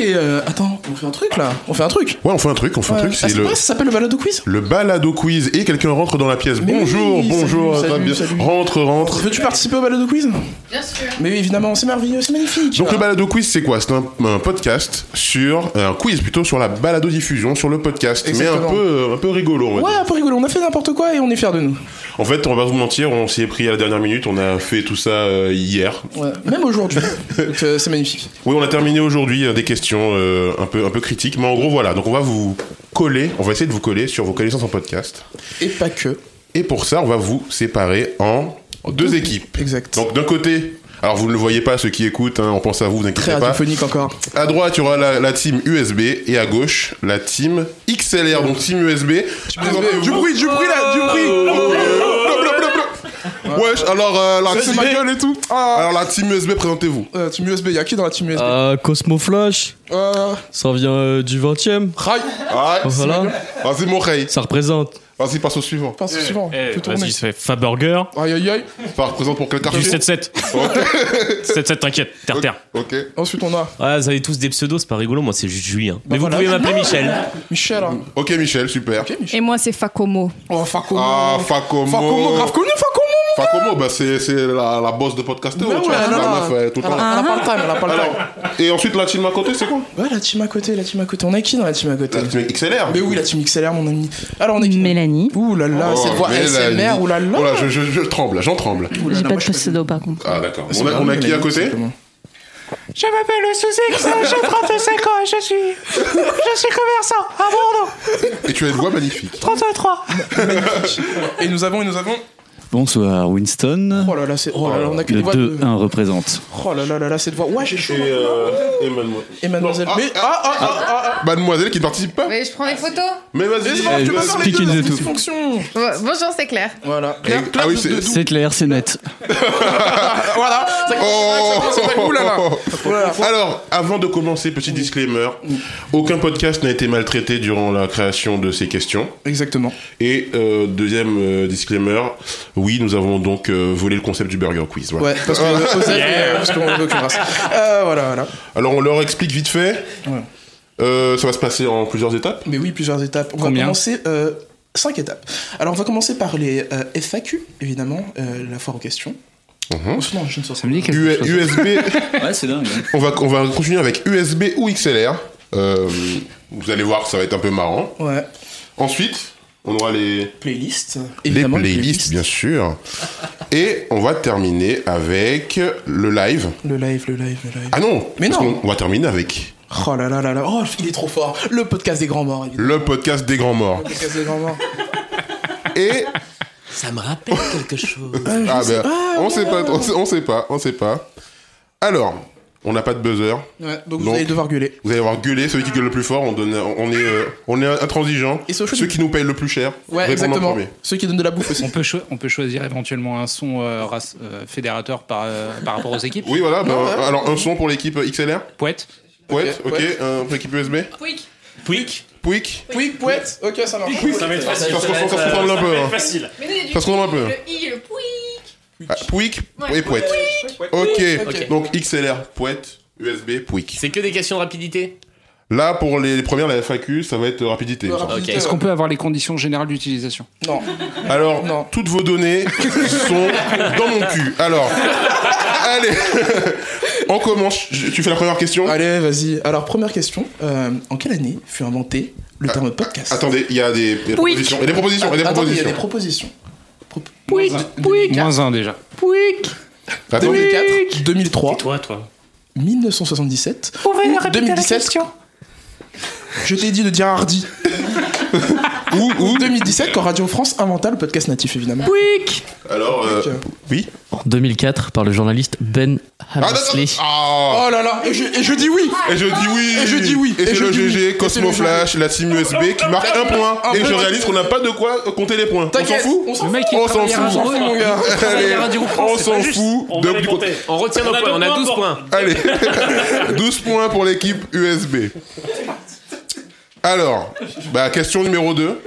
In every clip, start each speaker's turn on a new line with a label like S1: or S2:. S1: euh, attends, on fait un truc là On fait un truc
S2: Ouais, on fait un truc, on fait un
S1: Ouais.
S2: truc.
S1: Ah,
S2: C'est
S1: c'est
S2: le,
S1: pas, ça s'appelle le balado quiz
S2: le balado quiz et quelqu'un rentre dans la pièce.
S1: Mais
S2: bonjour,
S1: oui,
S2: bonjour,
S1: salut,
S2: ça va bien.
S1: salut, salut.
S2: rentre, rentre.
S1: Veux-tu participer au balado quiz
S3: Bien sûr.
S1: Mais oui, évidemment, c'est merveilleux, c'est magnifique
S2: Donc le balado quiz, c'est quoi C'est un, un podcast sur euh, un quiz plutôt sur la balado diffusion sur le podcast, mais
S1: Exactement.
S2: un peu un peu rigolo. on va
S1: Ouais, un peu rigolo, on a fait n'importe quoi et on est fiers de nous.
S2: dire. En fait, on va pas vous mentir, on s'y est pris à la dernière minute, on a fait tout ça euh, hier.
S1: Ouais, Même aujourd'hui. Donc, euh, c'est magnifique.
S2: Oui, on a terminé aujourd'hui euh, des questions euh, un peu un peu critiques, mais en gros voilà. Donc on va vous coller, on va essayer de vous coller sur vos connaissances en podcast.
S1: Et pas que.
S2: Et pour ça, on va vous séparer en deux équipes.
S1: Exact.
S2: Donc d'un côté, alors vous ne le voyez pas ceux qui écoutent, hein, on pense à vous, vous
S1: Très
S2: inquiétez pas.
S1: radiophonique encore.
S2: À droite, il y aura la, la team USB et à gauche, la team XLR. Donc team USB. Présentez- Du bruit, du bruit là, du bruit. Blablabla. Oh. Wesh, alors euh, la team
S1: et tout.
S2: Alors la team USB, présentez-vous.
S1: Ah. Euh, team USB, y'a qui dans la team USB
S4: Ah, Cosmo Flash,
S1: Euh,
S4: ça vient euh, du 20 e
S2: Hi. Ah,
S4: Voilà,
S2: Vas-y mon rey.
S4: ça représente.
S2: Vas-y passe au suivant.
S1: pense au suivant.
S5: Eh,
S1: Peut tourner.
S5: vas-y, c'est Faburger.
S1: Aïe aïe aïe.
S2: Enfin, représente pour quel
S5: Du
S2: quartier
S5: 7-7. 7-7, t'inquiète, terre-terre.
S2: Ok.
S1: Ensuite, on a
S6: Ah, vous avez tous des pseudos, c'est pas rigolo, moi c'est juste Julien.
S5: Bah
S6: Mais vous
S1: voilà.
S6: pouvez m'appeler Michel.
S1: Michel. hein.
S2: Ok Michel, super.
S1: Ok, Michel.
S3: Et moi, c'est Facomo.
S1: Oh, Facomo.
S2: Ah Facomo.
S1: Facomo, grave connu, Facomo.
S2: Facomo, bah, c'est c'est la, la boss de podcaster.
S1: Mais
S2: tu vois,
S1: ouais,
S2: c'est
S1: non,
S2: la
S1: non.
S2: Ah, meuf, elle, tout le
S1: Elle a-
S2: temps.
S1: elle a pas le time, elle a pas le
S2: Alors,
S1: time.
S2: et ensuite la team à côté, c'est quoi
S1: Ouais, la team à côté, la team à côté. On a qui dans la team à côté
S2: La team XLR.
S1: Mais oui, la team XLR, mon ami. Alors, on a qui
S7: Mélanie.
S1: Ouh là là,
S2: Oh,
S1: cette voix
S2: mais la
S1: ASMR,
S2: nuit.
S1: ouh là là.
S2: Oh là, je, je, je tremble, j'en tremble.
S1: Ouh là là,
S7: J'ai pas
S1: moi,
S7: de
S1: je fais-
S7: pseudo par contre.
S2: Ah d'accord.
S1: C'est
S2: On a,
S1: pas
S2: on a
S1: grave,
S2: qui à
S1: Mélanie, tout
S2: côté
S1: simplement.
S8: Je m'appelle Sousix, j'ai 35 ans et je suis. Je suis commerçant à Bordeaux,
S2: Et tu as une voix magnifique.
S8: 33.
S1: Et nous avons, et nous avons.
S9: Bonsoir Winston. Euh,
S1: Oh là là, c'est. Oh là là, on a que des
S9: Le
S1: voix. de-
S9: 2-1 représente.
S1: Oh là là là là, cette voix. Ouais, j'ai chaud.
S2: euh,
S1: Et mademoiselle.
S2: Non, ah,
S1: Mais. Ah ah ah ah ah
S2: Mademoiselle qui ne participe pas
S3: Mais je prends les photos.
S2: Mais vas-y.
S1: Mais c'est
S9: Eh,
S1: pas grave, tu peux
S9: je-
S1: faire les
S9: speak
S1: deux
S9: in
S1: dans
S9: the
S1: cette
S9: tube.
S1: fonction.
S3: Bon- Bonjour, c'est Claire.
S1: Voilà. Claire,
S2: ah oui,
S1: de-
S2: c'est-
S1: de- de-
S9: C'est clair, c'est net.
S1: Voilà. Ça-
S2: Oh.
S1: ça- ça- ça- ouh là là. Ouh là là.
S2: Alors, avant de commencer,
S1: Mm.
S2: petit disclaimer, aucun podcast n'a été maltraité durant la création de ces questions.
S1: Exactement.
S2: Et euh, deuxième euh, disclaimer, oui, nous avons donc euh, volé le concept du burger quiz. voilà.
S1: Ouais, parce que Osef, euh, parce qu'on veut aucune race. Euh, voilà, voilà.
S2: Alors, on leur explique vite fait.
S1: Ouais.
S2: Euh, ça va se passer en plusieurs étapes.
S1: Mais oui, plusieurs étapes. On va
S4: Combien
S1: commencer. Euh, Cinq étapes. Alors, on va commencer par les euh, FAQ, évidemment, euh, la foire aux questions.
S2: Uh-huh.
S1: Non, je ne sais pas.
S2: U- USB,
S9: Ouais, c'est dingue.
S2: On va, on va continuer avec USB ou XLR. Euh, vous allez voir, ça va être un peu marrant.
S1: Ouais.
S2: Ensuite, on aura les,
S1: Playlist.
S2: les
S1: Évidemment,
S2: playlists, bien sûr. Et on va terminer avec le live.
S1: Le live, le live, le live.
S2: Ah non
S1: Mais
S2: parce
S1: non.
S2: qu'on- On va terminer avec
S1: Oh là là là là. Oh, il est trop fort. Le podcast des grands morts, évidemment.
S2: le podcast des grands morts.
S1: Le podcast des grands morts.
S2: Et...
S6: Ça me rappelle quelque chose.
S2: Ah ben, on sait pas, on sait, on sait pas, on sait pas. Alors, on n'a pas de buzzer.
S1: Ouais, donc, vous
S2: Donc.
S1: allez devoir gueuler.
S2: Vous allez avoir gueulé, celui qui gueule le plus fort, on, donne, on, est, euh, on est intransigeant.
S1: Et social-
S2: Ceux qui nous payent le plus cher,
S1: Ouais,
S2: répondent en
S1: exactement.
S2: premier.
S1: Ceux qui donnent de la bouffe aussi.
S10: On peut, cho- on peut choisir éventuellement un son euh, race- euh, fédérateur par, euh, par rapport aux équipes.
S2: Oui, voilà. ben, Alors, un son pour l'équipe XLR
S10: Poète.
S2: Ouais, ok,
S1: ouais.
S2: un pour l'équipe USB.
S3: Quick.
S6: Pouic
S2: Pouic
S1: Pouic, pouette. Ok, ça marche.
S5: Ça va être facile.
S2: Ça se ressemble- ça se ressemble un peu, hein.
S5: facile.
S3: Mais non, il y a du
S2: Ça se ressemble un peu.
S3: le i, le poui.
S2: Ah, Pouic
S3: Ouais.
S2: et Pouette.
S1: Ok.
S2: Ok, donc XLR, Pouette, USB, Pouic.
S6: C'est que des questions de rapidité
S2: Là, pour les les premières, la FAQ, ça va être rapidité. il me semble.
S6: Ok.
S10: Est-ce qu'on peut avoir les conditions générales d'utilisation
S1: euh, Non.
S2: Alors,
S1: Non.
S2: toutes vos données sont dans mon cul. Alors, allez, on commence. Je- Tu fais la première question
S1: Allez, vas-y. Alors, première question. Euh, en quelle année fut inventé le terme podcast
S2: Attendez, il y a des, des
S3: Pouic.
S2: propositions. Il y a des propositions. Il y a des
S1: Attendez, il y a
S2: propositions.
S1: des propositions. Pro-
S10: Moins un déjà.
S2: Attendez.
S1: 2004, 2003,
S5: Toi, toi.
S1: 1977.
S8: On va
S1: ou
S8: y répéter la
S1: 2017.
S8: question.
S1: Je t'ai dit de dire Hardy. ou, ou 2017, quand Radio France inventa le podcast natif, évidemment.
S2: Alors, euh,
S1: Ok.
S2: oui
S4: En 2004, par le journaliste Ben
S2: Ah, non, non,
S4: Hammersley.
S2: non. Ah.
S1: Oh là là, et je, et je dis oui
S2: Et je dis oui
S1: Oh, Et je dis oui.
S2: Et
S1: Et
S2: c'est
S1: je
S2: le
S1: dis
S2: GG,
S1: oui. Et c'est
S2: Cosmo
S1: le
S2: Flash, la team USB qui marque un point.
S1: Un
S2: et je
S1: point.
S2: réalise qu'on n'a pas de quoi compter les points. On s'en
S1: T'inquiète,
S2: fout
S1: on s'en fout.
S10: mec,
S2: On s'en
S8: Ah,
S1: On s'en
S2: fout
S1: fout, Ah, mon gars.
S2: Allez, on
S5: c'est
S2: s'en
S5: pas juste.
S2: fout.
S5: On
S2: de-
S5: va les compter.
S6: On retient nos
S5: On a
S6: points,
S5: deux
S6: on a
S5: points
S6: 12
S5: pour-
S6: points.
S2: Allez, 12 points pour l'équipe USB. Alors, bah, question numéro 2.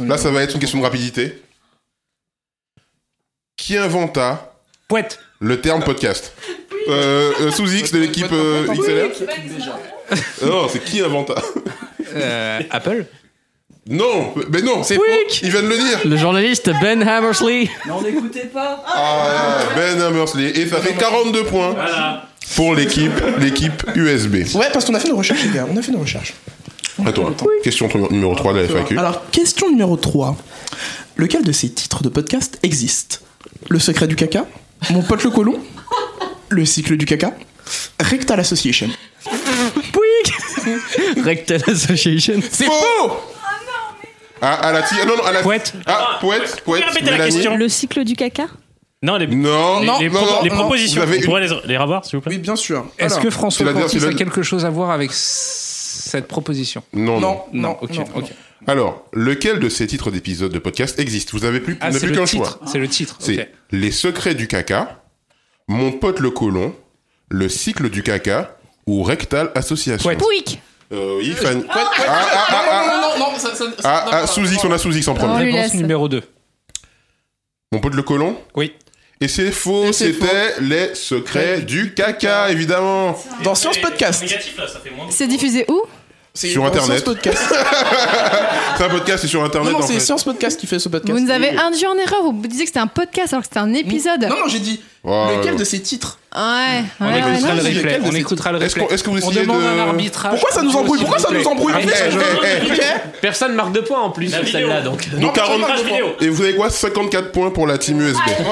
S2: Là, ça va être une question de rapidité. Qui inventa
S10: Poète.
S2: le terme podcast Euh, euh, Sous X de l'équipe euh, XLR Ah Non, c'est qui inventa
S10: Euh,
S5: Ben.
S10: Apple
S2: Non, mais non, c'est faux. Il vient de le dire.
S4: Le journaliste Ben Hammersley.
S7: Non, n'écoutez pas.
S2: Ah, Ben Hammersley. Et ça fait 42 points
S5: Voilà.
S2: pour l'équipe, l'équipe USB.
S1: Ouais, parce qu'on a fait nos recherches, les gars. On a fait nos recherches.
S2: À toi. Question tru- numéro 3 de la FAQ.
S1: Alors, question numéro 3. Lequel de ces titres de podcast existe Le secret du caca Mon pote le colon Le cycle du caca Rectal Association.
S4: Rectal Association.
S2: C'est faux Ah, à la ti- ah, non, non, à la
S5: Poète.
S2: Ah, poète, poète.
S5: répéter la
S2: Mélanie.
S5: question
S7: Le cycle du caca
S5: Non, les, les-
S2: Non,
S5: les,
S2: non, non,
S5: propo-
S2: non,
S5: les
S2: non.
S5: propositions.
S2: Vous avez
S5: on
S2: une-
S5: pourrait les, les revoir, s'il vous plaît
S1: Oui, bien sûr.
S10: Est-ce
S1: Alors,
S10: que
S2: tu
S10: François
S2: vas dire,
S10: Cortis
S2: tu vas
S10: a
S2: dire.
S10: quelque chose à voir avec s- cette proposition
S2: Oh Non, non.
S1: Non, non,
S10: ok,
S1: non,
S10: ok.
S2: Alors, lequel de ces titres d'épisodes de podcast existe Vous avez plus,
S10: Ah,
S2: n'avez
S10: c'est
S2: plus
S10: le
S2: qu'un
S10: titre.
S2: choix.
S10: C'est le titre.
S2: C'est
S10: ok.
S2: Les secrets du caca, Mon pote le colon, Le cycle du caca ou Rectal Association.
S10: Poète.
S3: Pouic
S2: Euh, oui, Fanny. Ah, ah, ah, ah,
S1: Non, non, non, ça. ça- ça-
S2: ah,
S1: non,
S2: ah,
S1: non,
S2: sous X,
S1: non.
S2: on a sous X en premier.
S3: lui
S10: Réponse
S3: laisse.
S10: numéro 2.
S2: Mon pote le colon
S10: Oui.
S2: Et c'est faux,
S1: Et c'est
S2: c'était les secrets du caca, évidemment.
S1: Dans Science Podcast.
S5: Négatif, là, ça fait moins.
S3: C'est diffusé où
S1: C'est
S2: Sur
S1: dans
S2: Internet.
S1: Science Podcast.
S2: C'est un podcast, c'est sur
S1: Non,
S2: Internet
S1: non,
S2: en
S1: c'est
S2: fait.
S1: Science Podcast qui fait ce podcast.
S3: Vous nous avez induit en erreur, vous disiez que c'était un podcast alors que c'était un épisode.
S1: Non, non, j'ai dit.
S2: Ouais,
S1: lequel
S2: ouais.
S1: de ces titres
S3: Ouais, ouais,
S10: On
S3: ouais,
S10: écoutera
S1: non,
S10: le
S1: j'ai
S10: replay.
S1: lequel de
S10: On
S1: ces
S10: écoutera le
S2: Est-ce
S10: replay.
S2: qu'on- est-ce que vous
S10: On
S2: essayez
S10: demande
S2: de-
S10: un
S3: Ah,
S10: arbitrage.
S1: Pourquoi ça nous
S10: S'il
S1: embrouille
S10: vous
S1: Pourquoi ça
S10: plaît.
S1: nous embrouille
S10: Arrêtez,
S1: Arrêtez,
S2: Eh, eh, eh.
S1: ok
S6: Personne marque de points en plus
S5: La
S6: sur
S5: vidéo.
S6: celle-là donc.
S2: Donc
S1: Non,
S2: 40
S1: mais
S5: Page vidéo.
S2: Et vous avez quoi 54 points pour la team USB.
S1: Ah,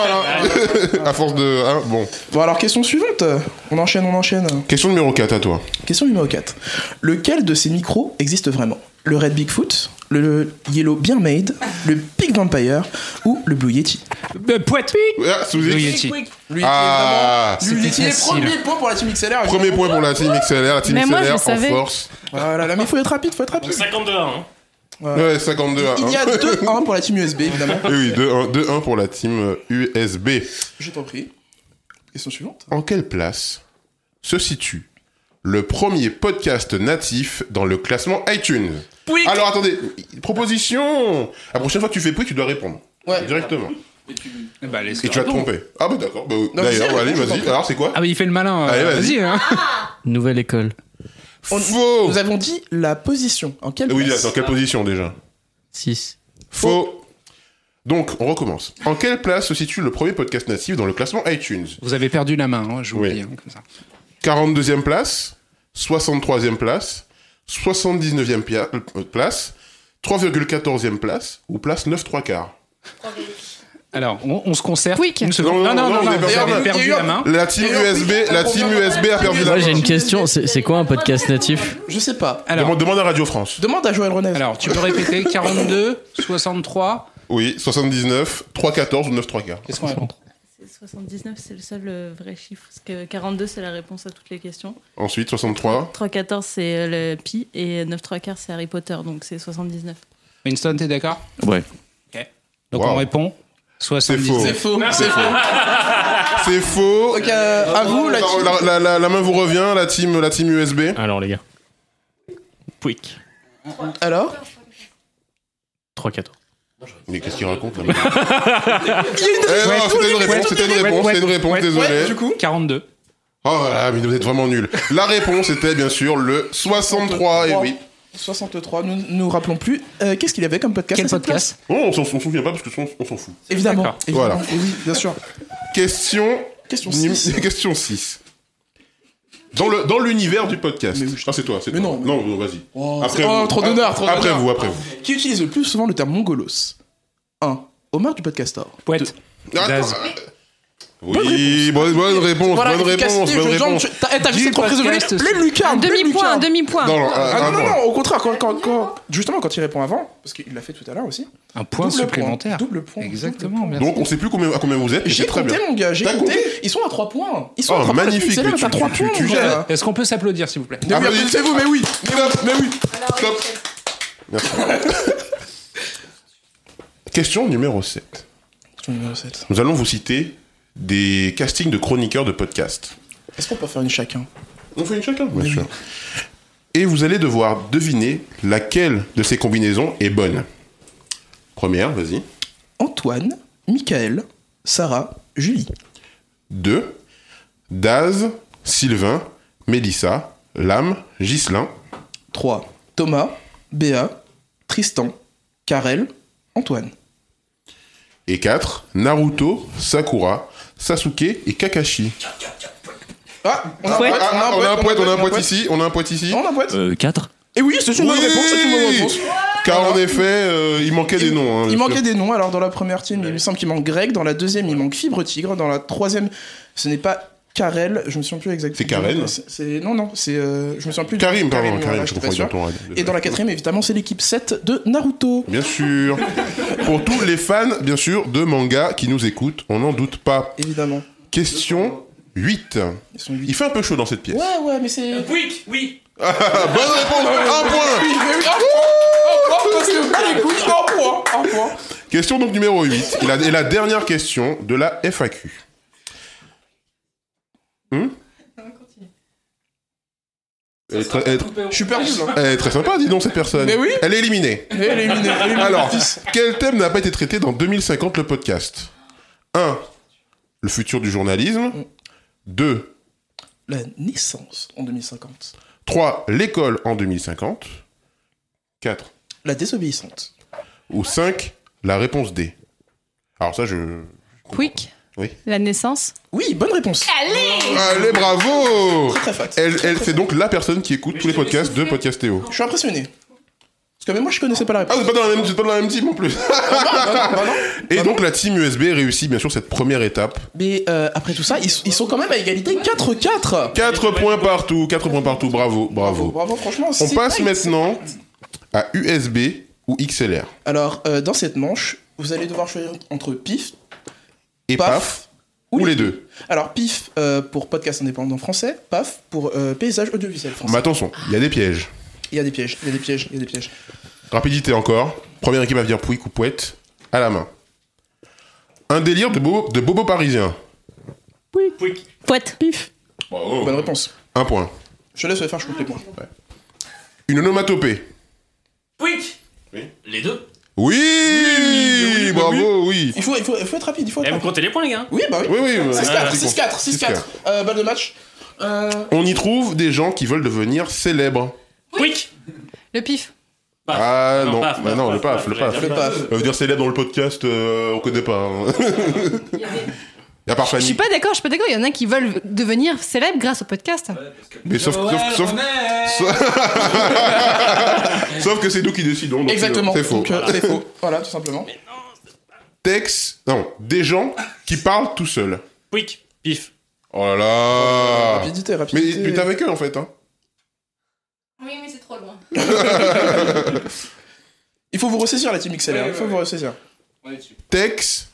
S1: Voilà.
S2: à force de. hein, bon.
S1: Bon, alors, question suivante. On enchaîne, on enchaîne.
S2: Question numéro 4 à toi.
S1: Question numéro 4. Lequel de ces micros existe vraiment Le Red Bigfoot, le Yellow Beer Made, le Big Vampire ou le Blue Yeti
S10: Euh, Poète.
S2: Ah, sous
S10: Le
S2: X.
S10: Yeti.
S1: Lui,
S2: Ah,
S1: Blue Yeti est
S10: facile.
S1: premier point pour la team XLR.
S2: Premier point pour la team XLR, la team
S3: Mais moi, je
S2: XLR
S3: le
S2: en
S3: savais.
S2: force.
S1: Voilà, Oh là, mais faut être rapide, faut être rapide.
S5: 52 à 1.
S2: Ouais, 52 à 1.
S1: Il y a 2-1 pour la team USB, évidemment.
S2: Eh oui, 2-1 pour la team euh, USB.
S1: Je t'en prie. Question suivante.
S2: En quelle place se situe le premier podcast natif dans le classement iTunes Alors attendez, proposition La prochaine fois que tu fais prix, tu dois répondre.
S1: Ouais. Ah,
S2: Directement.
S10: Bah, laisse
S2: Et tu vas te
S1: Pardon.
S2: tromper. Ah bah d'accord. bah oui.
S1: Non,
S2: D'ailleurs,
S1: si,
S2: allez,
S1: je t'en
S2: vas-y.
S1: prie.
S2: Alors c'est quoi
S10: Ah, mais il fait le malin. euh,
S2: Allez, vas-y.
S10: hein.
S4: Nouvelle école.
S1: On-
S2: Faux Eh
S1: Nous avons dit la position. En quelle
S2: Oh. Oui, là,
S1: place
S2: c'est en quelle position déjà
S4: 6.
S2: Faux. Donc, on recommence. En quelle place se situe le premier podcast natif dans le classement iTunes
S10: Vous avez perdu la main, hein, je vous
S2: Oui.
S10: le dis. hein, comme ça.
S2: 42e place, 63e place, 79e pia- euh, place, 3,14e place ou place 9 3 quarts.
S10: Alors, on, on se concerte.
S3: Quick.
S10: Une seconde.
S2: Non, non, non,
S10: Non, non, non,
S2: on est
S10: vous
S2: perdu.
S10: avez perdu
S1: Et hop.
S10: la main.
S2: La team
S1: D'ailleurs,
S2: USB,
S1: on
S2: la team
S1: revient-
S2: USB a perdu la
S4: Moi
S2: main.
S4: j'ai une question, c'est c'est quoi un podcast natif
S1: Je sais pas.
S10: Alors,
S2: Demande, demande à Radio France.
S1: Demande à Joël Renez.
S10: alors, tu peux répéter 42, 63.
S2: Oui, 79, 3,14 ou 9 3 quarts.
S10: Qu'est-ce qu'on répond
S7: 79, c'est le seul euh, vrai chiffre. Parce que 42, c'est la réponse à toutes les questions.
S2: Ensuite, 63.
S7: 3,14, c'est euh, le pi. Et 9 3 quarts, c'est Harry Potter. Donc c'est 79.
S10: Winston, t'es d'accord
S9: Ouais.
S10: Donc,
S2: Wow.
S10: on répond
S2: C'est faux.
S10: 79.
S1: C'est faux. C'est faux.
S2: C'est faux.
S1: Donc, euh, à vous, la
S2: La-
S1: team.
S2: la, la- la- la main vous revient, la team, la team USB.
S5: Alors, les gars. Pouic.
S1: Alors
S5: 3-14.
S2: Mais qu'est-ce qu'il raconte là
S1: Il y a une
S2: Eh non,
S1: réponse.
S2: C'était une réponse, c'était une réponse, c'était une réponse, désolé.
S1: Ouais, du coup.
S10: 42.
S2: Oh là, mais vous êtes vraiment nuls. La réponse était bien sûr le 63, et eh oui.
S1: 63, nous nous rappelons plus. Euh, Qu'est-ce qu'il y avait comme podcast
S10: Quel
S1: à cette
S10: podcast
S2: Oh, on s'en on s'en souvient pas parce que on, on s'en fout.
S1: place Évidemment.
S10: D'accord.
S1: évidemment.
S2: Voilà.
S1: Et Oui, bien sûr.
S2: Question,
S1: Question
S2: num-
S1: 6.
S2: question 6. Dans le dans l'univers du podcast.
S1: Mais oui, je-
S2: Ah, c'est toi, c'est
S1: Mais
S2: toi.
S1: non, mais-
S2: non, vas-y.
S1: Oh,
S2: Après
S1: c'est- oh,
S2: vous.
S1: trop d'honneur, trop
S2: Après
S1: d'honneur.
S2: vous, après vous.
S1: Qui utilise le plus souvent le terme mongolos 1. Omar du Podcastor.
S10: Poète. Daz.
S2: Attends. Oui, bonne, bonne réponse, bonne réponse,
S1: efficacité,
S2: bonne
S1: je jante-
S2: réponse.
S1: je- T'as eh, t'as vu
S10: Du
S1: cette reprise de volée
S10: podcast, c'est-
S1: Les lucarnes
S3: Un
S1: les
S3: demi-point, un
S1: lucarnes.
S3: demi-point.
S2: Non, non, un-
S1: Ah
S2: euh, un
S1: non, non,
S2: point.
S1: non, au contraire, quand, quand, quand- justement quand il répond avant, parce qu'il l'a fait tout à l'heure aussi.
S10: Un point
S1: double
S10: supplémentaire.
S1: Point, double point.
S10: Exactement, merci.
S2: Donc on sait plus combien, à combien vous êtes, mais
S1: J'ai
S2: c'est très
S1: compté,
S2: bien.
S1: mon gars, j'ai
S2: T'as
S1: compté.
S2: compté
S1: Ils sont à 3 points. Ils sont
S2: Oh,
S1: à 3
S2: magnifique,
S1: points.
S2: mais
S1: Magnifique,
S2: tu-
S1: t'as 3
S2: tu-
S1: points.
S2: tu Ah,
S1: mon
S2: gères.
S1: gars.
S10: Est-ce qu'on peut s'applaudir, s'il vous plaît
S1: Mais oui, applaudissez-vous, mais oui.
S2: Stop, mais oui. Stop. Merci. Question numéro 7. Nous allons vous citer des castings de chroniqueurs de podcasts.
S1: Est-ce qu'on peut faire une chacun
S2: On fait une chacun, bien sûr. Et vous allez devoir deviner laquelle de ces combinaisons est bonne. Première, vas-y.
S1: Antoine, Michael, Sarah, Julie.
S2: Deux. Daz, Sylvain, Mélissa, Lame, Ghislain,
S1: 3. Thomas, Béa, Tristan, Karel, Antoine.
S2: et 4. Naruto, Sakura, Sasuke et Kakashi.
S1: Ah, on a,
S2: Ah, ah, on a un poète, on a un poète
S1: poète.
S2: ici, on a un poète ici.
S1: On a un poète.
S9: Euh, 4
S1: Et oui, c'est une bonne réponse, c'est une bonne
S2: Oui
S1: réponse.
S2: Car en
S1: Voilà.
S2: effet, euh, il manquait des noms. hein,
S1: Il
S2: parce
S1: manquait
S2: que-
S1: des noms, alors dans la première team, il me semble qu'il manque Greg, dans la deuxième, il manque Fibre Tigre, dans la troisième, ce n'est pas Karel, je me souviens plus exactement.
S2: C'est Karen
S1: C'est- c'est- Non, non, c'est. euh, je me souviens plus. de-
S2: Karim, pardon,
S1: ouais,
S2: Karim,
S1: je
S2: je
S1: suis pas
S2: comprends
S1: sûr.
S2: bien ton rad.
S1: Et dans la quatrième, évidemment, c'est l'équipe 7 de Naruto.
S2: Bien sûr. Pour tous les fans, bien sûr, de manga qui nous écoutent, on n'en doute pas.
S1: Évidemment.
S2: Question 8.
S1: Ils sont
S2: Il
S1: huit.
S2: fait un peu chaud dans cette pièce.
S1: Ouais, ouais, mais c'est.
S5: Pouic, oui.
S2: Ah, Bonne réponse, un point.
S1: Oui, mais oui, un point Un point, ah, parce que- Ah, allez, Ah, écoute, un point, un point.
S2: Question donc numéro 8. Et la, et la dernière question de la FAQ. Hum elle est, très, elle est tr-
S1: Je suis perdu là.
S2: elle est très sympa, dis donc, cette personne.
S1: Mais oui.
S2: Elle est éliminée.
S1: Eh, elle est éliminée, elle est éliminée.
S2: Alors, quel thème n'a pas été traité dans 2050 le podcast 1. Le futur du journalisme. 2.
S1: la naissance en 2050,
S2: 3. L'école en 2050. 4.
S1: la désobéissante,
S2: Ou 5. La réponse D. Alors ça, je...
S3: Pouic
S2: Oui.
S3: La naissance
S1: Oui, bonne réponse.
S2: Allez, bravo
S1: Très fat.
S2: Elle, elle- c'est donc la personne qui écoute tous les podcasts de Podcast Théo.
S1: Je suis impressionné. Parce que même moi, je connaissais pas la
S2: Ah,
S1: réponse.
S2: vous êtes pas dans la même, vous êtes pas dans la même team en plus
S1: Ah, bah non.
S2: Et donc la team USB réussit bien sûr cette première étape.
S1: Mais euh, après tout ça, ils, ils sont quand même à égalité 4-4.
S2: 4 points partout, 4 points partout, bravo, bravo.
S1: Bravo, franchement.
S2: On
S1: c'est
S2: passe
S1: tight.
S2: maintenant à USB ou XLR.
S1: Alors, euh, dans cette manche, vous allez devoir choisir entre pif
S2: Et
S1: Paf.
S2: paf, ou les deux.
S1: Alors, pif euh, pour podcast indépendant français, paf pour euh, paysage audiovisuel français.
S2: Mais attention, il y a des pièges.
S1: Il y a des pièges, il y a des pièges, il y a des pièges.
S2: Rapidité encore. Première équipe à venir pouic ou pouette. À la main. Un délire de bobo, de bobo parisien.
S5: Pouic.
S7: Poète.
S2: Bravo.
S1: Bonne réponse.
S2: Un point.
S1: Je laisse faire, je compte les points.
S5: Ah.
S2: Une onomatopée.
S5: Pouic.
S2: Oui.
S5: Les deux.
S2: Oui,
S5: oui,
S2: Bravo, oui.
S1: Il faut, il, faut, il faut être rapide, il faut
S5: Eh,
S1: être
S5: vous
S1: rapide.
S5: comptez les points, les gars.
S1: Oui, bah oui.
S2: Oui, oui. euh,
S1: 6-4,
S2: c'est bon.
S1: 6-4, 6-4. Euh, balle de match. Euh,
S2: On y trouve des gens qui veulent devenir célèbres.
S5: Pouic.
S3: Le pif.
S5: Paf.
S2: Ah non,
S5: paf,
S2: bah
S5: paf,
S2: non,
S5: paf,
S2: le paf, le paf.
S1: le paf.
S2: Euh, dire célèbre dans le podcast, euh, on connaît pas. hein. à part
S3: Je suis
S2: Fanny.
S3: pas d'accord, je suis pas d'accord. Il y en a qui veulent devenir célèbres grâce au podcast.
S2: Mais sauf, sauf, sauf, sauf que c'est nous qui décidons. donc, euh,
S1: Exactement.
S2: C'est faux.
S1: Donc, euh, C'est faux. Voilà, tout simplement.
S2: Texte. Non, des gens qui parlent tout seuls.
S5: Pouic. Pif.
S2: Oh là là
S1: Rapidité,
S2: Ah. Mais
S1: rapidité.
S2: tu t'es avec eux en fait, hein
S3: Oui, mais c'est trop loin.
S1: Il faut vous ressaisir, la team XLR. il faut vous ressaisir.
S2: Tex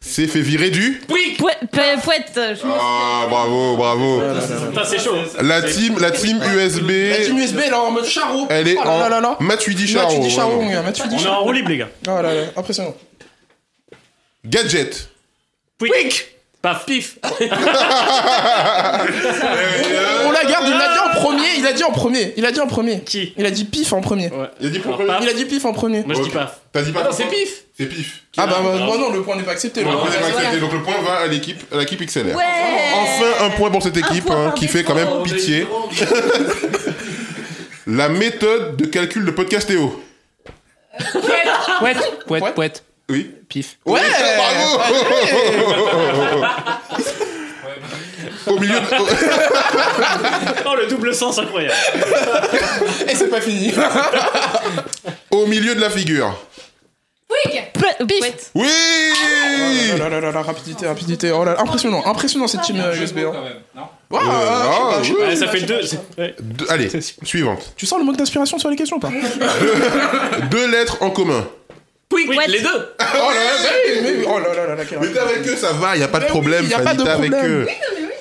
S2: s'est fait virer du.
S5: Pouic.
S7: Poète, poète, je me
S2: Ah bravo, bravo
S5: Putain, c'est chaud.
S2: La team, la team
S1: La team
S2: USB,
S1: USB, là, en mode charro.
S2: elle est
S1: oh là là là là.
S2: en Matuidi
S1: Mathieu Di Charo, mon
S2: Charo. euh.
S1: gars. Mathieu Di
S5: On est
S1: Charo.
S5: en roue libre, les gars.
S1: Oh là là, impressionnant.
S2: Gadget.
S5: Pouic. Paf. Pif. Euh,
S1: On la garde, il l'a dit en premier. Il a dit en premier. Il a dit en premier.
S5: Qui
S1: Il a dit pif en premier.
S5: Ouais.
S2: Il a dit
S5: Alors,
S2: pourquoi-
S5: paf.
S1: Il a dit pif en premier.
S5: Euh. Moi, je dis
S2: Ok.
S5: paf.
S2: T'as dit pas
S5: Ah non, c'est pif.
S2: C'est pif.
S1: Ah bah, bah, bah non, le point n'est pas accepté. le
S2: Donc,
S1: point n'est pas accepté.
S2: donc le point va à l'équipe, à l'équipe XLR.
S7: Ouais
S2: Enfin un point pour cette équipe
S7: point
S2: hein,
S7: par
S2: qui fait quand même pitié. La méthode de calcul de podcastéo.
S10: Poète, poète, poète.
S2: Oui.
S10: Pif.
S1: Ouais
S2: Bravo Au milieu de...
S5: Oh, le double sens incroyable.
S1: Et c'est pas fini.
S2: Au milieu de la figure.
S7: Poète.
S2: Oui
S1: Oh là là là là, rapidité, rapidité. Oh là là, impressionnant, impressionnant cette team euh, USB. hein. Ouais, ouais, ouais,
S2: ah,
S1: je sais pas, je sais pas, je sais
S5: Ouais, ça
S1: pas,
S5: fait
S1: je sais pas,
S5: deux.
S1: je sais pas.
S5: c'est- ouais.
S2: Deux- Allez, suivante.
S1: Tu sens le manque d'inspiration sur les questions ou pas
S2: Deux lettres en commun.
S5: Pouic.
S7: What
S5: Les deux.
S1: Oh là là, mais, mais- oh là là là là, quelle
S2: Mais t'es avec eux, ça va, y a pas de
S1: Mais oui,
S2: problème,
S1: y a
S2: Fanny,
S1: pas de
S2: t'es avec
S1: problème.
S2: eux.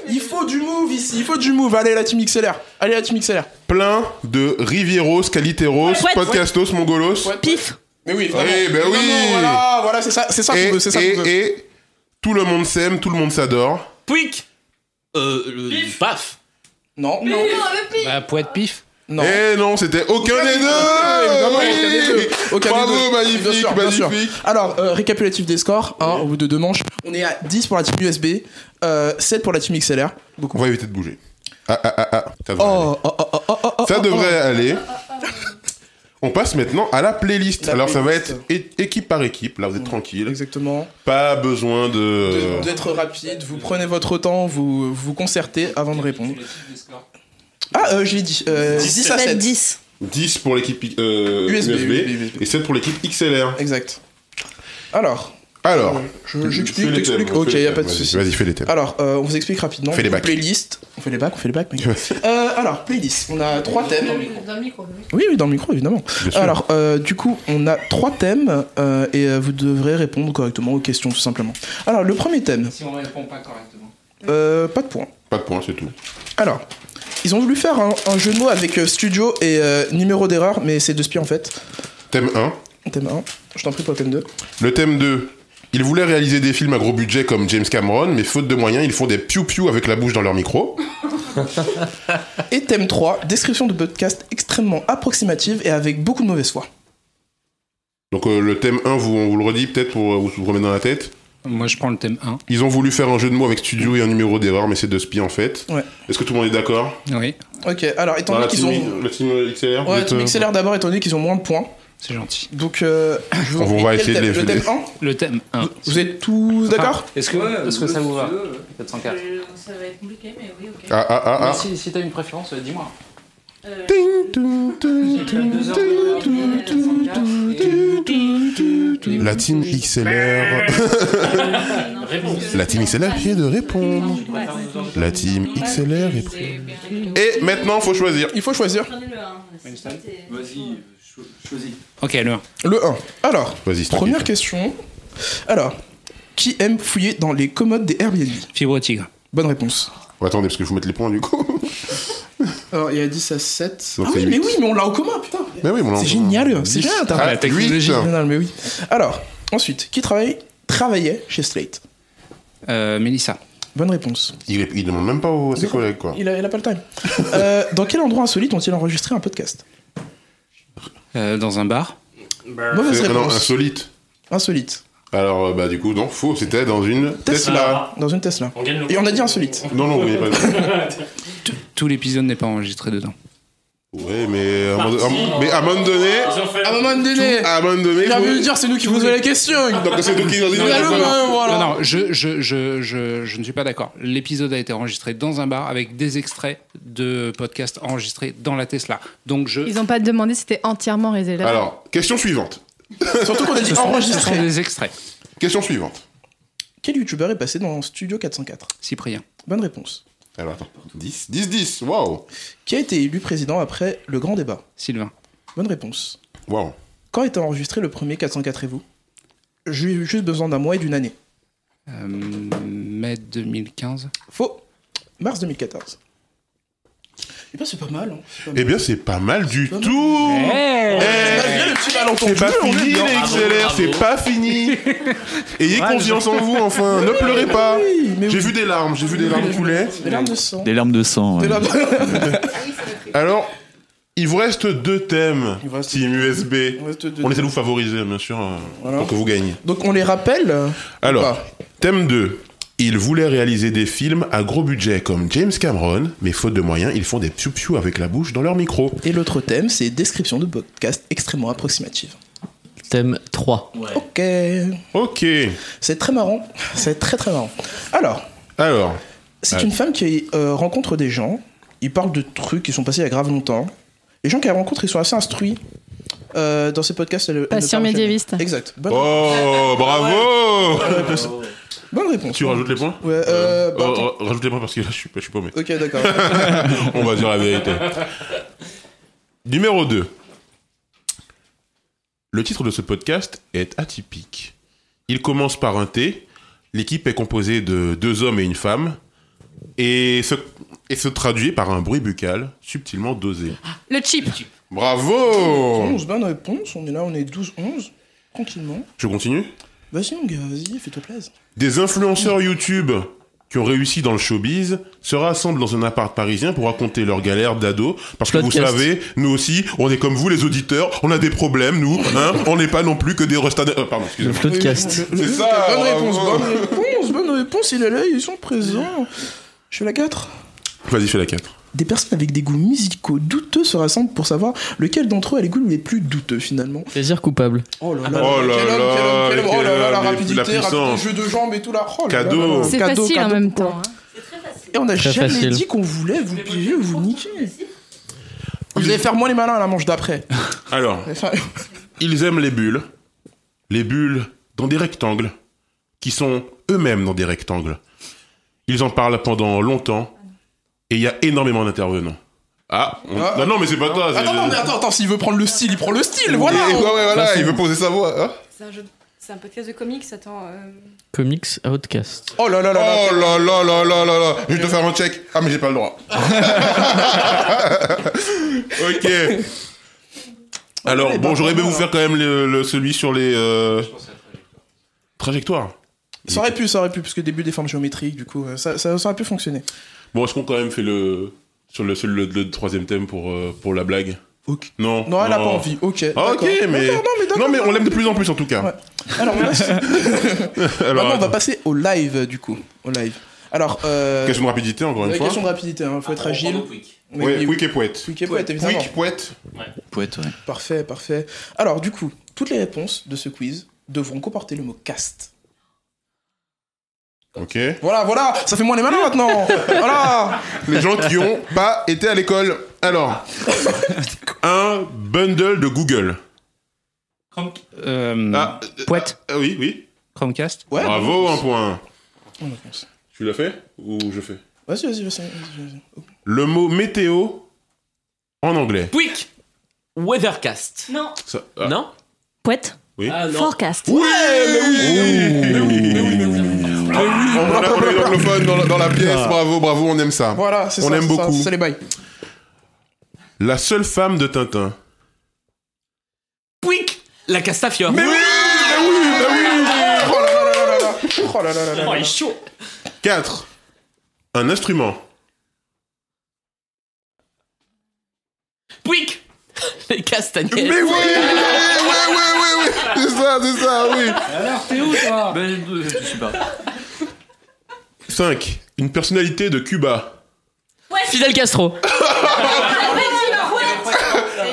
S1: Il faut du move ici, il faut du move. Allez, la team XLR. Allez, la team XLR.
S2: Plein de Rivieros, Caliteros,
S7: Ouais.
S2: Podcastos, Mongolos.
S7: Pif.
S1: Mais Eh, oui, évidemment.
S2: Oui, ben oui.
S1: Évidemment, Voilà, voilà, c'est ça, c'est ça
S2: Et,
S1: qu'on veut, c'est ça qu'on
S2: et-
S1: veut.
S2: et tout le monde s'aime, tout le monde s'adore.
S5: Pouic.
S6: Euh, le- paf.
S1: Non, non.
S10: Bah, poète, pif.
S1: Non.
S2: Eh non, c'était aucun des
S1: Évidemment, aucun des
S2: deux
S1: deux. Aucun des
S2: Bravo,
S1: deux.
S2: magnifique,
S1: Bien sûr, bien sûr.
S2: magnifique.
S1: Alors, euh, récapitulatif des scores, hein, au bout de deux manches, on est à 10 pour la team USB, euh, 7 pour la team XLR. Donc,
S2: On va éviter de bouger. Ah, ah, ah, ah. Ça devrait aller.
S1: oh, oh, oh, oh, oh, oh, oh,
S2: Ça
S1: oh,
S2: devrait aller. On passe maintenant à la playlist.
S1: La
S2: Alors ça va
S1: playlist.
S2: être é- équipe par équipe. Là, vous êtes
S1: oh.
S2: tranquille.
S1: Exactement.
S2: Pas besoin de.
S1: De- D'être rapide, vous prenez votre temps, vous vous concertez avant de répondre. Ah, euh, je l'ai dit. euh, 10
S7: Bah,
S1: à 7.
S7: 10.
S2: 10 pour l'équipe euh,
S1: USB,
S2: USB,
S1: USB.
S2: et 7 pour l'équipe XLR.
S1: Exact. Alors, euh,
S2: Alors,
S1: je-
S2: fais
S1: j'explique,
S2: les thèmes,
S1: t'explique.
S2: on fait
S1: Ok,
S2: les
S1: y a
S2: thèmes,
S1: pas de
S2: vas-y,
S1: souci.
S2: Vas-y, fais les thèmes.
S1: Alors, euh, on vous explique rapidement.
S2: Fais les bacs.
S1: Playlist. On fait les bacs, on fait les bacs, mec. Euh, alors, playlist. On a trois thèmes.
S3: Dans le micro.
S1: Oui, oui, dans le micro, évidemment.
S2: sûr.
S1: Alors, euh, du coup, on a trois thèmes euh, et euh, vous devrez répondre correctement aux questions, tout simplement. Alors, le premier thème,
S10: Si on répond pas correctement.
S1: euh, pas de points.
S2: Pas de points, c'est tout.
S1: Alors, ils ont voulu faire un, un jeu de mots avec euh, studio et euh, numéro d'erreur, mais c'est deux spies en fait.
S2: Thème 1.
S1: Thème 1, je t'en prie pour le thème 2.
S2: Le thème 2. Ils voulaient réaliser des films à gros budget comme James Cameron, mais faute de moyens, ils font des piou-piou avec la bouche dans leur micro.
S1: Et thème 3, description de podcast extrêmement approximative et avec beaucoup de mauvaise foi.
S2: Donc euh, le thème 1, vous, on vous le redit peut-être pour euh, vous vous remettre dans la tête.
S10: Moi, je prends le thème 1.
S2: Ils ont voulu faire un jeu de mots avec studio et un numéro d'erreur, mais c'est deux spies en fait.
S1: Ouais.
S2: Est-ce que tout le monde est d'accord
S10: Oui,
S1: Ok, alors, étant
S2: Dans
S1: donné
S2: la
S1: qu'ils
S2: team,
S1: ont.
S2: la team XLR vous
S1: Ouais,
S2: êtes,
S1: Team
S2: euh,
S1: XLR d'abord, étant donné qu'ils ont moins de points.
S10: c'est gentil.
S1: Donc, euh, je
S2: On va
S1: quel
S2: essayer de
S1: thème
S2: les-
S1: Le thème 1
S10: Le thème 1.
S1: Vous êtes tous d'accord
S6: Est-ce que, est-ce que ça vous va 404.
S7: Euh, Ça va être compliqué, mais oui, ok.
S2: Ah, ah, ah, ah.
S6: Mais Si, si t'as une préférence, euh, dis-moi.
S7: Euh,
S2: La team XLR.
S7: non,
S5: Réponse.
S2: La team XLR vient de répondre.
S7: ouais,
S2: La team XLR est prise. Et maintenant, faut choisir.
S1: Il faut choisir
S7: prenez le 1.
S9: Vas-y, choisis.
S10: Ok, le 1.
S1: le 1. Alors,
S2: Vas-y, c'est
S1: première
S2: tranquille.
S1: question. Alors, qui aime fouiller dans les commodes des Airbnb
S10: Fibre au tigre.
S1: Bonne réponse.
S2: Oh, attendez, parce que je vous mette les points du coup.
S1: Alors, il y a 10 à 7.
S2: Donc,
S1: ah
S2: c'est
S1: oui, mais
S2: huit.
S1: oui, mais on l'a en commun, putain.
S2: Mais oui, mon
S1: C'est
S2: enfant.
S1: génial, c'est
S2: Dix.
S1: génial, t'as
S2: Ah,
S10: la technologie.
S2: huit.
S1: Non, non, mais oui. Alors, ensuite, qui travaille travaillait chez Slate
S10: Euh, Mélissa.
S1: Bonne réponse.
S2: Il, il demande même pas aux- à ses collègues quoi.
S1: Il a, il a pas le time. Euh, dans quel endroit insolite ont-ils enregistré un podcast
S10: Euh, dans un bar.
S1: Mauvaise
S2: Euh, C'est- ah Non,
S1: réponse.
S2: insolite.
S1: Insolite.
S2: Alors, euh, bah, du coup, non, faux, c'était dans une Tesla.
S1: Dans une Tesla.
S5: On gagne le
S1: Et on a dit insolite.
S2: Non, non, vous n'avez pas.
S10: Tout l'épisode n'est pas enregistré dedans.
S2: Ouais, mais à un moment- à- mais à un moment donné,
S5: Ils ont fait.
S1: À un moment donné,
S2: à un moment donné,
S1: il a
S2: faut-
S1: voulu dire c'est nous qui posons la question.
S2: donc c'est nous qui nous disons,
S1: Mais allô,
S2: d'accord.
S1: bah, voilà.
S10: Non, non, je, je, je, je, je ne suis pas d'accord. L'épisode a été enregistré dans un bar avec des extraits de podcasts enregistrés dans la Tesla. Donc je.
S3: Ils ont pas demandé si c'était entièrement réservé.
S2: Alors, question suivante.
S1: Surtout qu'on a dit
S10: Ce sont
S1: enregistré.
S10: des extraits.
S2: Question suivante.
S1: Quel youtubeur est passé dans Studio 404
S10: Cyprien.
S1: Bonne réponse.
S2: Alors, attends. 10 10 10. Waouh.
S1: Qui a été élu président après le grand débat
S10: Sylvain.
S1: Bonne réponse.
S2: Waouh.
S1: Quand a été enregistré le premier 404 et vous J'ai eu juste besoin d'un mois et d'une année.
S10: Euh, mai 2015.
S1: Faux. Mars 2014. Eh ben, c'est pas mal. Hein. c'est pas mal.
S2: Eh bien, c'est pas mal du
S1: Pas mal.
S2: tout.
S1: Eh.
S2: Eh.
S1: Malgré le petit malentendu,
S2: C'est pas
S1: on est
S2: fini,
S1: bien.
S2: les XLR,
S5: bravo.
S2: c'est pas fini. Ayez confiance en vous, enfin, ne pleurez pas.
S1: Oui, mais
S2: Eh ben, J'ai
S1: oui.
S2: vu des larmes, j'ai vu des larmes couler.
S1: Des larmes de sang.
S9: Des larmes de sang.
S1: Des
S9: ouais.
S1: larmes-
S2: Alors, il vous reste deux thèmes,
S1: Il vous reste-
S2: Team USB.
S1: On reste deux.
S2: On essaie de vous favoriser, bien sûr, euh,
S1: Voilà.
S2: pour que vous gagniez.
S1: Donc on les rappelle euh,
S2: Alors,
S1: pas
S2: thème 2. Ils voulaient réaliser des films à gros budget comme James Cameron, mais faute de moyens, ils font des piou-piou avec la bouche dans leur micro.
S1: Et l'autre thème, c'est description de podcast extrêmement approximative.
S4: Thème 3.
S1: Ok.
S2: Ok.
S1: C'est très marrant. C'est très très marrant. Alors,
S2: Alors,
S1: c'est
S2: Ouais.
S1: une femme qui euh, rencontre des gens. Ils parlent de trucs qui sont passés il y a grave longtemps. Les gens qu'elle rencontre, ils sont assez instruits. Euh, dans ces podcasts, elle, elle ne
S3: Patient
S1: parle jamais.
S3: médiéviste.
S1: Exact. Bonne,
S2: oh, bravo
S1: bonne réponse.
S2: Tu rajoutes les points
S1: Ouais, Ah euh, bah,
S2: Oh, oh, rajoute les points parce que là, je suis, pas- je suis paumé.
S1: Ok, d'accord.
S2: On va dire la vérité. Numéro 2. Le titre de ce podcast est atypique. Il commence par un T. L'équipe est composée de deux hommes et une femme. Et se, et se traduit par un bruit buccal subtilement dosé.
S3: Le chip.
S2: Bravo
S1: 11, bonne réponse. On est là, on est 12-11. Tranquillement.
S2: Je continue
S1: Vas-y, mon gars, vas-y, fais-toi plaisir.
S2: Des influenceurs YouTube qui ont réussi dans le showbiz se rassemblent dans un appart parisien pour raconter leur galère d'ado. Parce que vous
S4: Podcast.
S2: savez, nous aussi, on est comme vous, les auditeurs, on a des problèmes, nous. Hein, on n'est pas non plus que des restas. euh, pardon,
S4: Le
S2: excusez-moi.
S4: podcast.
S2: C'est ça,
S1: Bonne réponse,
S2: bravo.
S1: bonne réponse, bonne réponse, il est là, ils sont présents. Je fais la 4.
S2: Vas-y, fais la 4.
S1: Des personnes avec des goûts musicaux douteux se rassemblent pour savoir lequel d'entre eux a les goûts les plus douteux finalement.
S4: Plaisir coupable.
S1: Oh là
S2: Oh
S1: quel
S2: là
S1: homme, quel homme, quel homme, oh là là, la
S2: quel homme,
S1: rapidité,
S2: la
S1: rapidité,
S2: puissance.
S1: jeu de jambes et tout là. Oh là là
S2: Cadeau.
S1: là là.
S3: C'est
S1: Cadeau,
S3: facile en
S1: cadeau.
S3: même temps. hein.
S1: Et on n'a
S4: Très
S1: jamais
S4: facile.
S1: dit qu'on voulait vous piger ou vous niquer. Vous allez faire moins les malins à la manche d'après.
S2: Alors,
S1: Enfin,
S2: ils aiment les bulles. Les bulles dans des rectangles, qui sont eux-mêmes dans des rectangles. Ils en parlent pendant longtemps, et il y a énormément d'intervenants. Ah, on-
S1: Ah.
S2: non, non, mais c'est pas toi. c'est-
S1: Attends, non, mais attends, attends, s'il veut prendre le style, il prend le style, voilà.
S2: Et- ouais, ouais, voilà,
S4: Façon.
S2: il veut poser sa voix. hein.
S11: C'est un, jeu... c'est un podcast de comics, attends. euh,
S4: Comics Outcast.
S1: Oh là là là là.
S2: Oh là là là là là là, je vais te faire un check. Ah mais j'ai pas le droit. ok. Alors
S1: Ouais,
S2: bon,
S1: bah,
S2: j'aurais aimé
S1: voilà.
S2: vous faire quand même le, le- celui sur les euh, trajectoires.
S1: Ça aurait pu, ça aurait pu, parce que début des formes géométriques, du coup, euh, ça, ça, ça aurait pu fonctionner.
S2: Bon, est-ce qu'on quand même fait le sur le, sur le, le troisième thème pour euh, pour la blague
S1: Ok.
S2: Non.
S1: Non, elle a pas envie, ok.
S2: Ah, ok,
S1: d'accord.
S2: mais-
S1: D'accord, non, mais d'accord. bah.
S2: Non mais on l'aime de plus en plus en tout cas.
S1: Alors, on va-
S2: Alors
S1: Maintenant, on va
S2: attends,
S1: passer au live, euh, du coup. Au live. Alors, euh,
S2: question de rapidité encore une
S1: euh,
S2: fois.
S1: question de rapidité, hein, faut être agile. Mais
S2: Ouais,
S1: oui,
S2: quick et poète.
S1: Quick et poète, évidemment.
S2: Quick poète.
S6: Poète, ouais.
S1: Parfait, parfait. Alors, du coup, toutes les réponses de ce quiz devront comporter le mot cast.
S2: Ok.
S1: Voilà, voilà, ça fait moins les malins maintenant. voilà.
S2: les gens qui ont pas été à l'école. Alors, un bundle de Google.
S10: Euh,
S2: Ah, euh,
S10: Poète.
S2: ah, oui, oui.
S10: Chromecast.
S1: Ouais.
S2: Bravo, un point.
S1: bonne réponse.
S2: Tu l'as fait ou je fais
S1: Vas-y, vas-y, vas-y. vas-y, vas-y.
S2: Le mot météo en anglais.
S5: Pouic
S8: Weathercast.
S11: Non,
S2: Ça- ah.
S8: Non
S7: Poète
S2: Oui.
S8: Ah non.
S7: Forecast.
S2: Ouais, mais oui, mais oui, mais oui, mais oui, mais oui. On a- on a les anglophones dans la, dans la pièce, bravo, bravo, on aime ça.
S1: Voilà, c'est ça.
S2: On aime
S1: c'est ça,
S2: beaucoup.
S1: C'est ça les bails.
S2: La seule femme de Tintin.
S8: Pouic La Castafiore.
S2: Mais oui, mais oui, mais oui
S1: Oh là là là là là là. Oh là là là là
S5: Oh,
S1: là.
S5: il est chaud
S2: 4. Un instrument.
S8: Pouic Les
S2: Mais oui,
S8: Castagnettes.
S2: oui, oui, oui, oui, oui, c'est ça, c'est ça, oui.
S6: T'es où, toi Ben, je je sais pas.
S2: 5. Une personnalité de Cuba.
S4: Fidel Castro.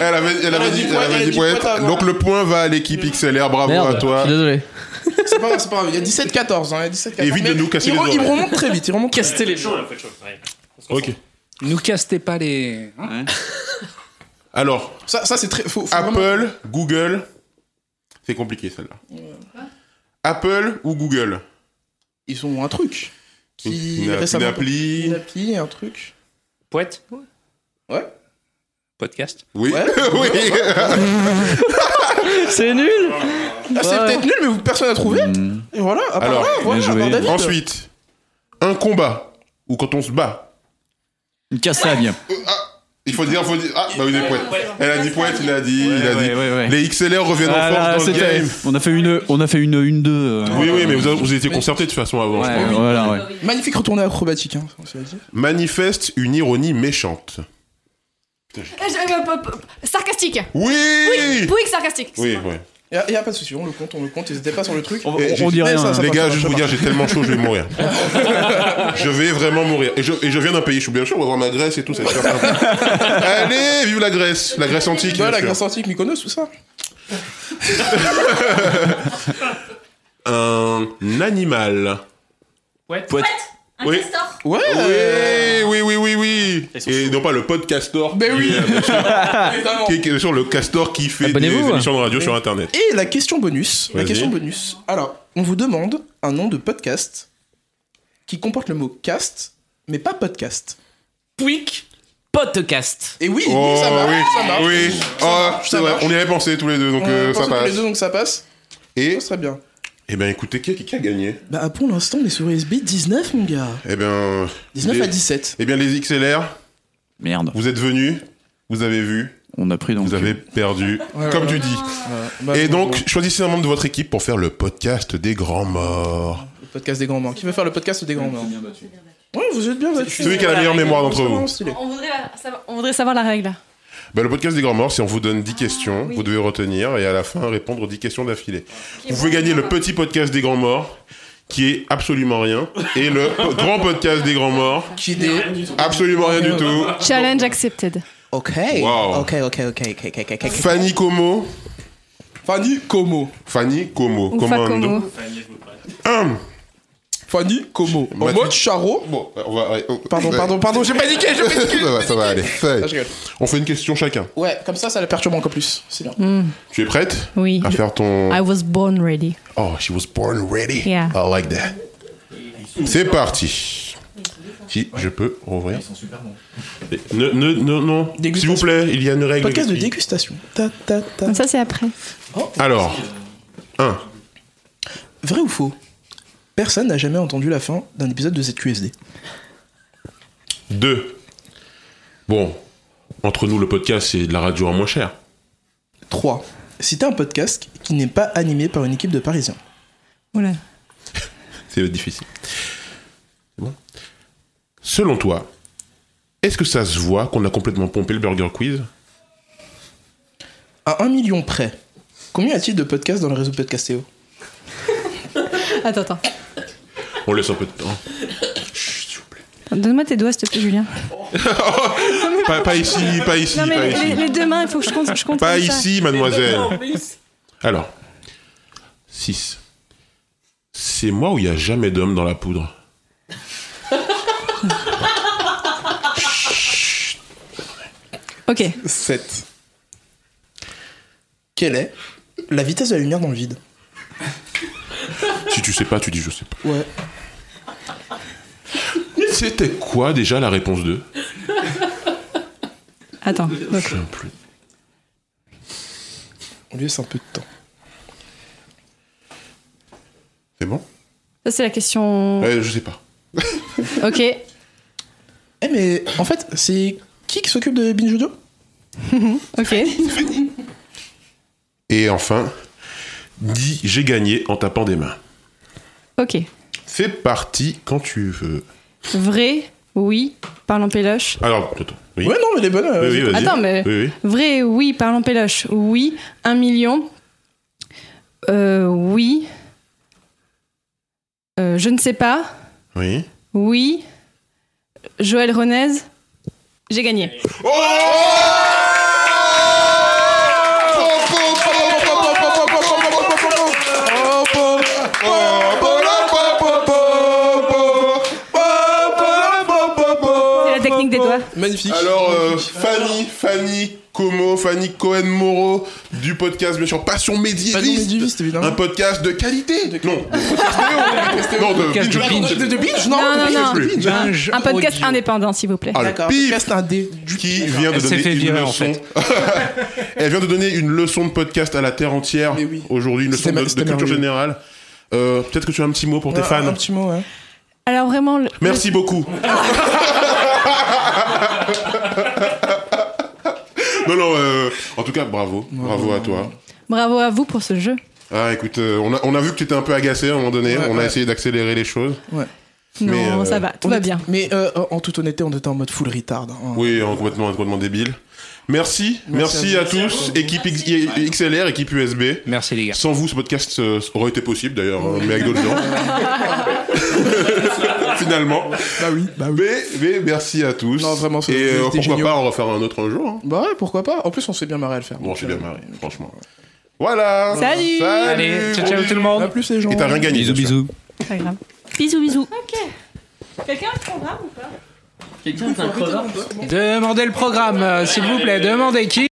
S2: Elle avait, elle avait
S1: a
S2: dit,
S1: dit
S2: elle
S1: poète,
S2: avait
S1: elle a
S2: dit
S1: dit
S2: poète.
S1: poète avant.
S2: Donc le point va à l'équipe XLR, bravo
S4: Merde.
S2: à toi.
S4: Je suis désolé.
S1: C'est pas grave, c'est pas grave. Il y a 17-14. Hein, il y a 17-14.
S2: Évite de
S1: Mais
S2: nous casser
S1: il,
S2: les
S1: re- il
S2: oreilles.
S1: remonte très vite. Il remonte très
S5: C'était les chaud, là, faut être chaud. Ouais.
S2: Ok.
S10: Nous castez pas les. hein
S2: Alors,
S1: vite. Ça, ça c'est très. Faut, faut vraiment-
S2: Apple, Google. C'est compliqué celle-là. Apple ou Google
S1: Ils ont un truc. Qui
S2: une, une
S1: récemment-
S2: appli.
S1: Une appli, un truc. Ah,
S10: Poète.
S1: Ouais.
S10: Podcast.
S2: Oui.
S1: Ouais.
S2: oui.
S4: C'est nul.
S1: Ah, c'est
S4: Ouais.
S1: peut-être nul, mais vous- personne n'a trouvé. Et voilà, à part
S2: Alors,
S1: là, voilà,
S6: bien
S1: à part
S6: joué.
S1: David.
S2: Ensuite, un combat. Ou quand on se bat.
S6: Une castagne.
S2: Il faut dire, faut dire. Ah, bah oui, des poètes. Elle a dit poète, il a dit, il a dit.
S6: ouais, ouais.
S2: Les XLR reviennent
S6: Ah
S2: en
S6: là,
S2: force dans le
S6: c'était-
S2: game.
S6: On a fait une, on a fait une, une deux. euh,
S2: Oui, oui, mais vous, vous étiez concertés de toute façon avant.
S6: Ouais,
S2: je crois.
S6: voilà, ouais.
S1: Magnifique retournée acrobatique, hein, on se l'a dit.
S2: Manifeste une ironie méchante.
S11: Euh, je- euh, pop- pop- sarcastique.
S2: Oui.
S11: Pouic sarcastique.
S2: Oui,
S11: c'est
S2: oui.
S1: Y a, y a pas de souci, on le compte, on le compte, n'hésitez pas sur le truc.
S6: On,
S2: Et
S6: on- on dit
S1: mais
S6: rien.
S1: ça,
S6: hein.
S1: ça-
S2: Les gars,
S1: marche,
S2: je vais vous
S1: ça
S2: dire, j'ai tellement chaud, je vais mourir. je vais vraiment mourir. Et je, et je viens d'un pays, je suis bien sûr, on va voir ma Grèce et tout, ça va être sympa. Allez, vive la Grèce, la Grèce antique.
S1: Ouais,
S2: bien
S6: Bah,
S1: la
S2: sûr.
S1: Grèce antique, Mykonos, tout ça.
S2: Un animal.
S6: Poète.
S11: Un
S2: Oui.
S11: castor.
S1: Ouais.
S2: Oui, oui, oui, oui, oui. Et non pas le pod castor.
S1: Euh. Ben oui.
S2: qui est, bien sûr,
S1: Évidemment.
S2: Qui est bien sûr le castor qui fait des
S4: Abonnez-vous.
S2: émissions de radio sur internet.
S1: Et la question bonus, la
S2: Vas-y.
S1: question bonus. Alors, on vous demande un nom de podcast qui comporte le mot cast, mais pas podcast.
S8: Pouic
S1: Podcast. Et oui,
S2: Oh,
S1: ça marche,
S2: oui,
S1: ça marche.
S2: oui.
S1: Ça
S2: Ah,
S1: marche,
S2: c'est
S1: ça
S2: vrai,
S1: marche.
S2: on y avait pensé tous les deux, donc
S1: On
S2: euh,
S1: pense
S2: ça
S1: tous les
S2: passe.
S1: deux, donc ça passe.
S2: Et,
S1: Ça serait bien.
S2: eh ben, écoutez, qui, qui a gagné
S1: Bah, pour l'instant, on est sur USB 19, mon gars.
S2: Eh bien,
S1: 19 à
S2: les-
S1: 17.
S2: eh bien, les XLR,
S6: Merde.
S2: vous êtes venus. Vous avez vu.
S6: On a pris dans
S2: Vous avez perdu,
S1: Ouais,
S2: comme
S1: ouais. Bah,
S2: tu dis. Et donc, choisissez un membre de votre équipe pour faire le podcast des grands morts.
S1: Le podcast des grands morts. Qui veut faire le podcast des grands morts Ouais, vous êtes bien battus.
S2: Celui qui a la meilleure mémoire d'entre vous.
S11: On voudrait, savoir, on voudrait savoir la règle.
S2: Bah, le podcast des grands morts, si on vous donne 10 questions, vous devez retenir et à la fin répondre aux 10 questions d'affilée. Vous pouvez gagner le petit podcast des grands morts, qui est absolument rien, et le po- grand podcast des grands morts,
S1: qui n'est
S2: absolument rien du tout.
S3: Challenge accepted.
S1: Ok.
S2: Wow.
S1: Ok, ok, ok, ok, ok, ok, ok.
S2: Fanny Como.
S1: Fanny Como.
S2: Fanny Como.
S3: Ou
S2: Commando.
S3: Fakomo.
S2: Hum.
S1: Fanny Como. En
S2: Mathieu-
S1: mode Charo.
S2: Bon, bah, on va- ouais, on-
S1: Pardon,
S2: ouais.
S1: pardon, pardon, j'ai paniqué, j'ai paniqué.
S2: ça, va, ça va aller. ça va aller.
S1: Ah, je rigole.
S2: On fait une question chacun.
S1: Ouais, comme ça, ça la perturbe encore plus. C'est bien.
S2: Tu es prête
S3: Oui.
S2: à faire ton.
S3: I was born ready.
S2: Oh, she was born ready.
S3: Yeah.
S2: I like that. C'est parti. Si je peux ouvrir. Ils sont super bons. Ne, ne, ne- non. S'il vous plaît, il y a une règle.
S1: Podcast de
S2: qui-
S1: dégustation. Ta, ta, ta.
S3: Ça, c'est après.
S2: Alors, 1.
S1: Vrai ou faux Personne n'a jamais entendu la fin d'un épisode de ZQSD.
S2: 2. Bon, entre nous, le podcast, c'est de la radio en moins cher.
S1: 3. Citer un podcast qui n'est pas animé par une équipe de Parisiens.
S3: Oula.
S2: C'est difficile. C'est bon. Selon toi, est-ce que ça se voit qu'on a complètement pompé le Burger Quiz
S1: À 1 million près, combien y a-t-il de podcasts dans le réseau Podcastéo
S3: Attends, attends.
S2: On laisse un peu de temps.
S3: Donne-moi tes doigts, s'il te plaît, Julien.
S2: pas, pas ici, pas ici, pas
S3: non, mais les,
S2: ici.
S3: les deux mains, il faut que je compte. Je compte
S2: Pas
S3: comme ça.
S2: ici, mademoiselle. Alors, 6. C'est moi où il n'y a jamais d'homme dans la poudre.
S3: Ok.
S1: 7. Quelle est la vitesse de la lumière dans le vide
S2: Si tu sais pas, tu dis je sais pas.
S1: Ouais.
S2: C'était quoi déjà la réponse 2
S3: Attends. donc,
S1: On lui laisse un peu de temps.
S2: C'est bon
S3: ça, c'est la question.
S2: Euh, Je sais pas.
S3: Ok.
S1: Eh mais en fait, c'est qui qui s'occupe de Binge Audio
S3: Ok.
S2: Et enfin, 10. J'ai gagné en tapant des mains.
S3: Ok.
S2: C'est parti quand tu veux.
S3: Vrai, oui, parlons péloche.
S2: Alors, attends. Oui,
S1: Ouais, non, mais les bonnes.
S2: oui,
S1: euh,
S2: oui, vas-y.
S3: Attends, mais-
S2: Oui, oui.
S3: Vrai, oui, parlons péloche. Oui, un million. Euh, oui. Euh, je ne sais pas.
S2: Oui.
S3: Oui. Joël Ronez. J'ai gagné.
S2: Oh
S3: C'est la technique des doigts.
S1: Magnifique.
S2: Alors, euh, Fanny, Fanny Como, Fanny Cohen Moreau, du podcast, bien sûr, Passion
S1: Pas de nom
S2: Médiéviste.
S1: médiéviste, évidemment.
S2: Un podcast de qualité. Non, de podcast vidéo. non, de
S6: Podcast
S2: binge.
S6: de binge.
S1: De, de binge Non,
S3: Non, non,
S1: de
S3: non.
S2: plus.
S1: binge, de binge.
S3: Un podcast indépendant, s'il vous plaît.
S2: Ah, le
S1: D'accord,
S2: pif
S1: podcast indé.
S2: qui vient de
S10: Elle s'est
S2: donner
S10: fait
S2: une
S10: virer, en
S2: leçon. Elle vient de donner une leçon de podcast à la terre entière
S1: Mais oui.
S2: aujourd'hui, une leçon
S1: C'était
S2: de,
S1: ma-
S2: de
S1: c'était
S2: culture
S1: merveilleux.
S2: générale. Euh, Peut-être que tu as un petit mot pour tes
S1: Ouais,
S2: fans.
S1: Un petit mot, hein. ouais.
S3: Alors vraiment. le-
S2: Merci beaucoup. non, non, euh, en tout cas, bravo. Bravo à toi.
S3: Bravo à vous pour ce jeu.
S2: Ah, écoute, euh, on, a, on a vu que tu étais un peu agacé à un moment donné.
S1: Ouais,
S2: on a
S1: ouais.
S2: essayé d'accélérer les choses.
S3: Non,
S2: Mais, euh,
S3: ça va, tout
S1: On
S3: va
S1: est-
S3: bien.
S1: Mais euh, en toute honnêteté, on était en mode full retard. hein.
S2: Oui, en complètement, complètement débile. Merci, merci,
S1: Merci
S2: à, tous, équipe X- XLR, équipe USB.
S10: Merci les gars.
S2: Sans vous, ce podcast euh, aurait été possible d'ailleurs, hein, mais avec d'autres gens. Finalement.
S1: Bah oui, bah oui.
S2: Mais, mais merci à tous.
S1: Non, vraiment, c'est-
S2: Et euh,
S1: c'était
S2: pourquoi
S1: génial.
S2: pas, on va faire un autre un jour. hein.
S1: Bah ouais, pourquoi pas. En plus, on s'est bien marré à le faire.
S2: Bon,
S1: donc,
S2: j'ai bien
S1: euh,
S2: marré, franchement. Voilà
S3: Salut
S10: Allez, ciao
S2: bon
S10: ciao
S2: bisous.
S10: tout le
S1: À
S10: monde.
S1: plus les gens.
S2: Et t'as rien gagné.
S6: Bisous,
S2: bien sûr.
S6: bisous.
S3: C'est Pas grave. Bisous, bisous.
S11: Quelqu'un a le programme ou pas
S4: Quelqu'un a un programme
S10: Demandez le programme, euh, s'il vous plaît. Demandez qui